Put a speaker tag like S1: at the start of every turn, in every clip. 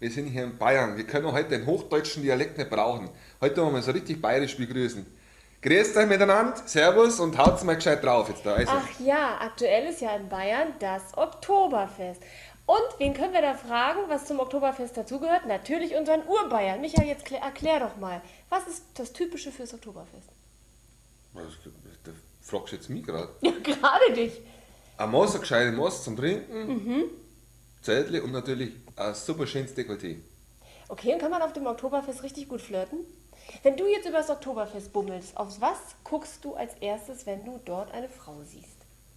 S1: sind hier in Bayern. Wir können heute den hochdeutschen Dialekt nicht brauchen. Heute wollen wir so richtig bayerisch begrüßen. Grüßt euch miteinander, Servus und haut's mal gescheit drauf jetzt da. Also.
S2: Ach ja, aktuell ist ja in Bayern das Oktoberfest. Und wen können wir da fragen, was zum Oktoberfest dazugehört? Natürlich unseren Urbayern. Michael, jetzt klär, erklär doch mal, was ist das Typische fürs Oktoberfest?
S1: Was, da fragst du jetzt mich gerade.
S2: Ja, gerade dich.
S1: Ein Maß, ein gescheites Maß zum Trinken, Zeltle und natürlich ein super schönes Dekolleté.
S2: Okay, und kann man auf dem Oktoberfest richtig gut flirten? Wenn du jetzt über das Oktoberfest bummelst, auf was guckst du als erstes, wenn du dort eine Frau siehst?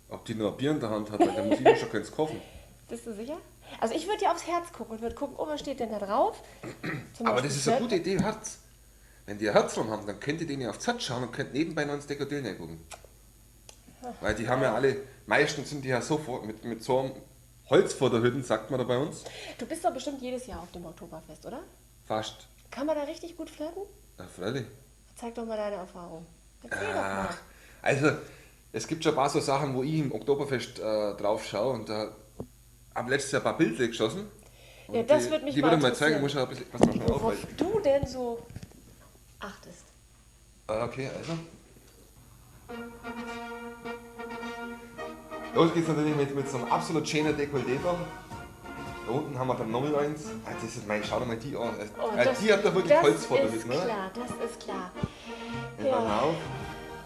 S1: Ob die nur ein Bier in der Hand hat, weil dann muss ich mir schon keins kaufen.
S2: Bist du sicher? Also ich würde dir aufs Herz gucken und würde gucken, oh, was steht denn da drauf? Zum
S1: Aber
S2: Beispiel
S1: das ist eine
S2: Flirt-
S1: gute Idee, Herz. Wenn die ein Herz rum haben, dann könnt ihr denen ja aufs Herz schauen und könnt nebenbei noch ins Dekolleté reingucken. Weil die haben ja alle, meistens sind die ja so vor, mit, mit so einem Holz vor der Hütte, sagt man da bei uns.
S2: Du bist doch bestimmt jedes Jahr auf dem Oktoberfest, oder?
S1: Fast.
S2: Kann man da richtig gut flirten?
S1: Ja, freilich.
S2: Zeig doch mal deine Erfahrung. Erzähl doch
S1: Ach,
S2: mal.
S1: also, es gibt schon ein paar so Sachen, wo ich im Oktoberfest äh, drauf schaue und da habe letztes Jahr ein paar Bilder geschossen.
S2: Ja,
S1: Und
S2: das
S1: die,
S2: wird mich
S1: die
S2: mal
S1: würde mal zeigen,
S2: interessieren.
S1: muss ich ein bisschen, pass mal schnell auf, weil,
S2: Worauf du denn so achtest.
S1: Ah, okay, also. Los geht's natürlich mit, mit so einem absolut schönen Dekolleté da. Da unten haben wir dann nochmal eins. Ah, das ist mein, schau dir mal die an. Also,
S2: Oh,
S1: äh,
S2: das-
S1: die hat da wirklich Holz vor der
S2: Das ist
S1: Hütte, ne?
S2: klar, das ist klar.
S1: Ja. Dann auch.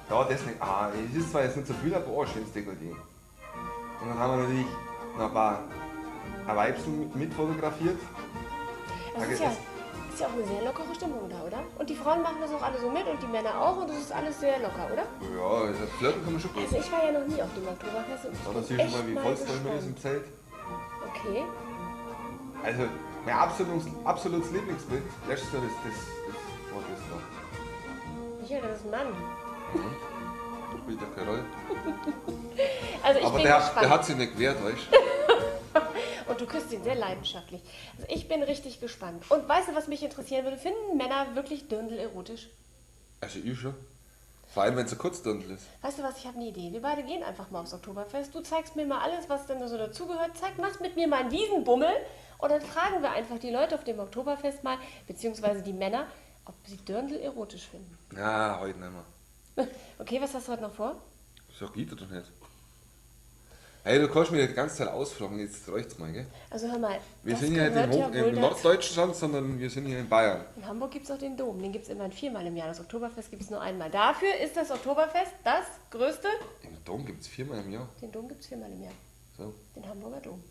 S1: Ja, das nicht. Ah, das ist zwar jetzt nicht so viel, aber auch ein schönes Dekolleté. Und dann haben wir natürlich noch ein paar ein Weibchen mit, mit fotografiert.
S2: Das ist
S1: Okay,
S2: ja, ist ja auch eine sehr lockere Stimmung da, oder? Und die Frauen machen das auch alle so mit und die Männer auch und das ist alles sehr locker, oder?
S1: Ja, also flirten kann man schon gut.
S2: Also ich war ja noch nie auf dem Oktoberfest und
S1: Da
S2: ich
S1: siehst
S2: bin
S1: du
S2: echt
S1: mal, wie
S2: mal
S1: voll es da immer ist im
S2: gespannt.
S1: Zelt.
S2: Okay.
S1: Also, mein absolutes, absolutes Lieblingsbild, letztes Jahr, das, das, das war das da.
S2: Michael, das ist ein Mann.
S1: Das Bild der Carol.
S2: Also ich
S1: Aber
S2: bin
S1: der, hat-
S2: gespannt.
S1: der hat sich nicht gewehrt, weißt du?
S2: Und du küsst ihn sehr leidenschaftlich. Also ich bin richtig gespannt. Und weißt du, was mich interessieren würde? Finden Männer wirklich Dirndl erotisch?
S1: Also, ich schon. Vor allem, wenn es ein Kurzdundel ist.
S2: Weißt du was, ich habe eine Idee. Wir beide gehen einfach mal aufs Oktoberfest. Du zeigst mir mal alles, was denn da so dazugehört. Zeig, mach mit mir mal einen Wiesenbummel. Und dann fragen wir einfach die Leute auf dem Oktoberfest mal, beziehungsweise die Männer, ob sie Dirndl erotisch finden.
S1: Na, heute nicht mehr.
S2: Okay, was hast du heute noch vor?
S1: Sag ich dir doch nicht. Hey, du kannst mich die ganze Zeit ausfragen, jetzt reicht's mal, gell?
S2: Also hör mal,
S1: Wir
S2: das
S1: sind ja nicht im,
S2: gehört
S1: Hoch
S2: wohl
S1: im
S2: dazu.
S1: norddeutschen Land, sondern wir sind hier in Bayern.
S2: In Hamburg gibt es auch den Dom. Den gibt es immerhin viermal im Jahr. Das Oktoberfest gibt es nur einmal. Dafür ist das Oktoberfest das größte.
S1: Im Dom gibt es viermal im Jahr.
S2: Den Dom gibt es viermal im Jahr.
S1: So.
S2: Den Hamburger Dom.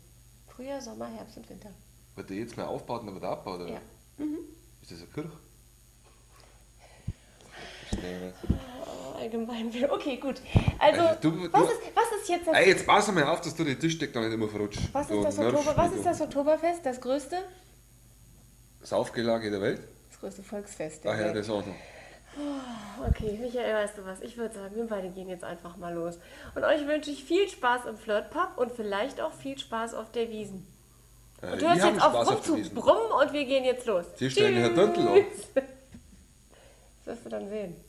S2: Frühjahr, Sommer, Herbst und Winter.
S1: Wird der jetzt mal aufgebaut und dann wird er abgebaut, oder?
S2: Ja.
S1: Ist das eine Kirche? Verstehe nicht.
S2: Oh, allgemein. Okay, gut. Also,
S1: Also du-
S2: was,
S1: du-
S2: ist, was ist jetzt das,
S1: Ey, jetzt pass mal auf, dass du den Tischdeck da nicht immer verrutscht.
S2: was
S1: Du
S2: ist das,
S1: Nerv,
S2: Oktober, was ist
S1: du.
S2: das Oktoberfest? Das größte?
S1: Das Aufgelage der Welt?
S2: Das größte Volksfest. der
S1: Ach ja,
S2: Welt.
S1: das auch noch.
S2: Okay, Michael, weißt du was? Ich würde sagen, wir beide gehen jetzt einfach mal los. Und euch wünsche ich viel Spaß im Flirtpub und vielleicht auch viel Spaß auf der Wiesen.
S1: Äh,
S2: Und
S1: wir
S2: du hörst
S1: haben
S2: jetzt auf
S1: Spaß
S2: rum
S1: auf
S2: zu
S1: der Wiesn.
S2: brummen und wir gehen jetzt los.
S1: um. Sie stellen ihr Dirndl auf.
S2: Das wirst du dann sehen.